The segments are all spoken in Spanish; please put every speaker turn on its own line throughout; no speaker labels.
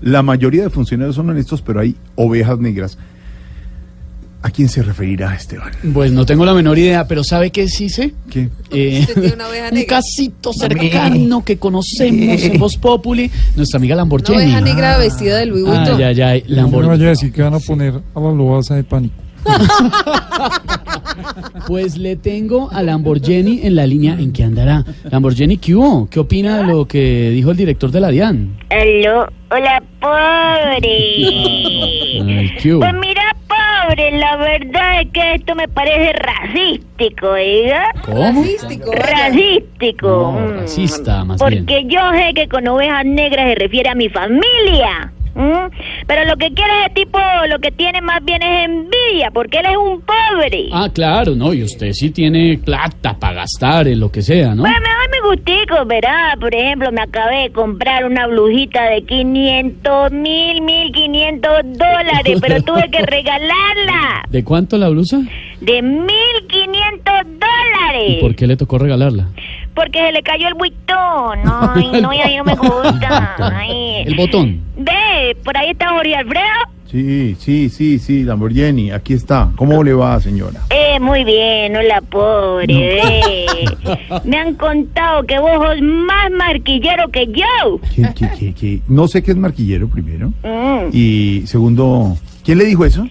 La mayoría de funcionarios son honestos, pero hay ovejas negras. ¿A quién se referirá Esteban?
Pues no tengo la menor idea, pero ¿sabe qué sí sé?
¿Qué?
Eh,
Usted tiene una oveja
un
negra.
casito cercano que conocemos en Voz Populi, nuestra amiga
Una oveja
Lamborghini.
negra vestida de Louis
Ah,
Vuitton.
ya, ya,
No me vaya a
Lamborghini.
decir que van a poner a la lobaza de pánico.
Pues le tengo a Lamborghini en la línea en que andará. Lamborghini, ¿qué hubo? ¿Qué opina de lo que dijo el director de la DIAN?
Aló, hola, pobre.
Ay, ¿qué hubo?
Pues mira, pobre, la verdad es que esto me parece racístico, diga.
¿Cómo?
Racístico, vaya.
Racístico.
No,
Mm.
racista, más
Porque
bien.
yo sé que con ovejas negras se refiere a mi familia. ¿m? Pero lo que quiere ese tipo, lo que tiene más bien es envidia, porque él es un pobre.
Ah, claro, no, y usted sí tiene plata para gastar en lo que sea, ¿no?
Pues mejor me gustico, verá, por ejemplo, me acabé de comprar una blujita de 500 mil, 1500 dólares, pero tuve que regalarla
¿De cuánto la blusa?
de 15500 dólares.
¿Y por qué le tocó regalarla?
Porque se le cayó el buitón. Ay, no, y a mí no me gusta. Ay.
Ah, El botón.
Ve, por ahí está Jorge Alfredo.
Sí, sí, sí, sí, Lamborghini, aquí está. ¿Cómo le va, señora?
Eh, muy bien, hola pobre. ve. Me han contado que vos sos más marquillero que yo.
¿Qué, qué, qué, qué? No sé qué es marquillero, primero.
Mm.
Y segundo, ¿quién le dijo eso?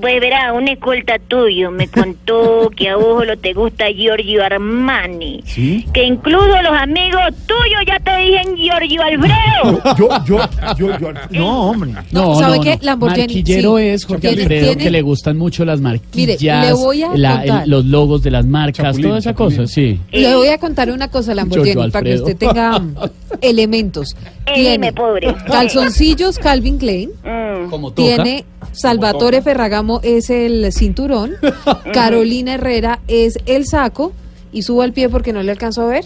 Pues verá, un escolta tuyo me contó que a vos lo te gusta Giorgio Armani.
Sí.
Que incluso los amigos tuyos ya te dicen Giorgio Alfredo.
Yo, yo, yo, yo, no, hombre.
No, ¿sabe qué? Lamborghini,
Marquillero
sí.
es Jorge
Tiene-
Alfredo,
tiene-
que le gustan mucho las marquillas,
Mire, le voy a
la-
contar.
el- los logos de las marcas,
Chapulín,
toda esa
chapulín.
cosa, sí.
Le voy a contar una cosa, Lamborghini,
Giorgio
para que
Alfredo.
usted tenga mm, elementos.
Eh,
Tiene
dime, pobre.
calzoncillos Calvin Klein,
Mm,
Como toca.
tiene Salvatore Ferragamo es el cinturón, Carolina Herrera es el saco, y subo al pie porque no le alcanzo a ver.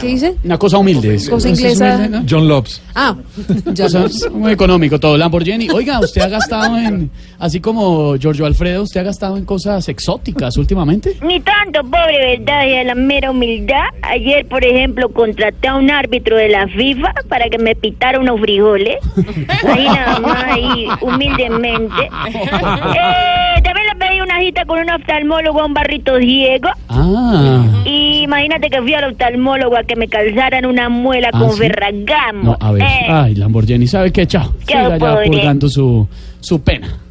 ¿Qué dice?
Una cosa humilde. es-
Cosa
es- es
inglesa.
humilde, ¿no?
John Lopes.
Ah, ya
O sea,
no.
es muy económico todo. Lamborghini. Oiga, usted ha gastado en. Así como Giorgio Alfredo, ¿usted ha gastado en cosas exóticas últimamente?
Ni tanto, pobre, ¿verdad? Y a la mera humildad. Ayer, por ejemplo, contraté a un árbitro de la FIFA para que me pitara unos frijoles. Ahí nada más, ahí, humildemente. Eh, también le pedí una cita con un oftalmólogo a un barrito ciego.
Ah.
Y imagínate que fui al oftalmólogo a que me calzaran una muela
¿Ah,
con
sí?
ferragamo.
No, a ver. Ah,
Eh,
Ay, Lamborghini, ¿sabe qué? Chao.
Chao,
Siga ya
pobre.
purgando su, su pena.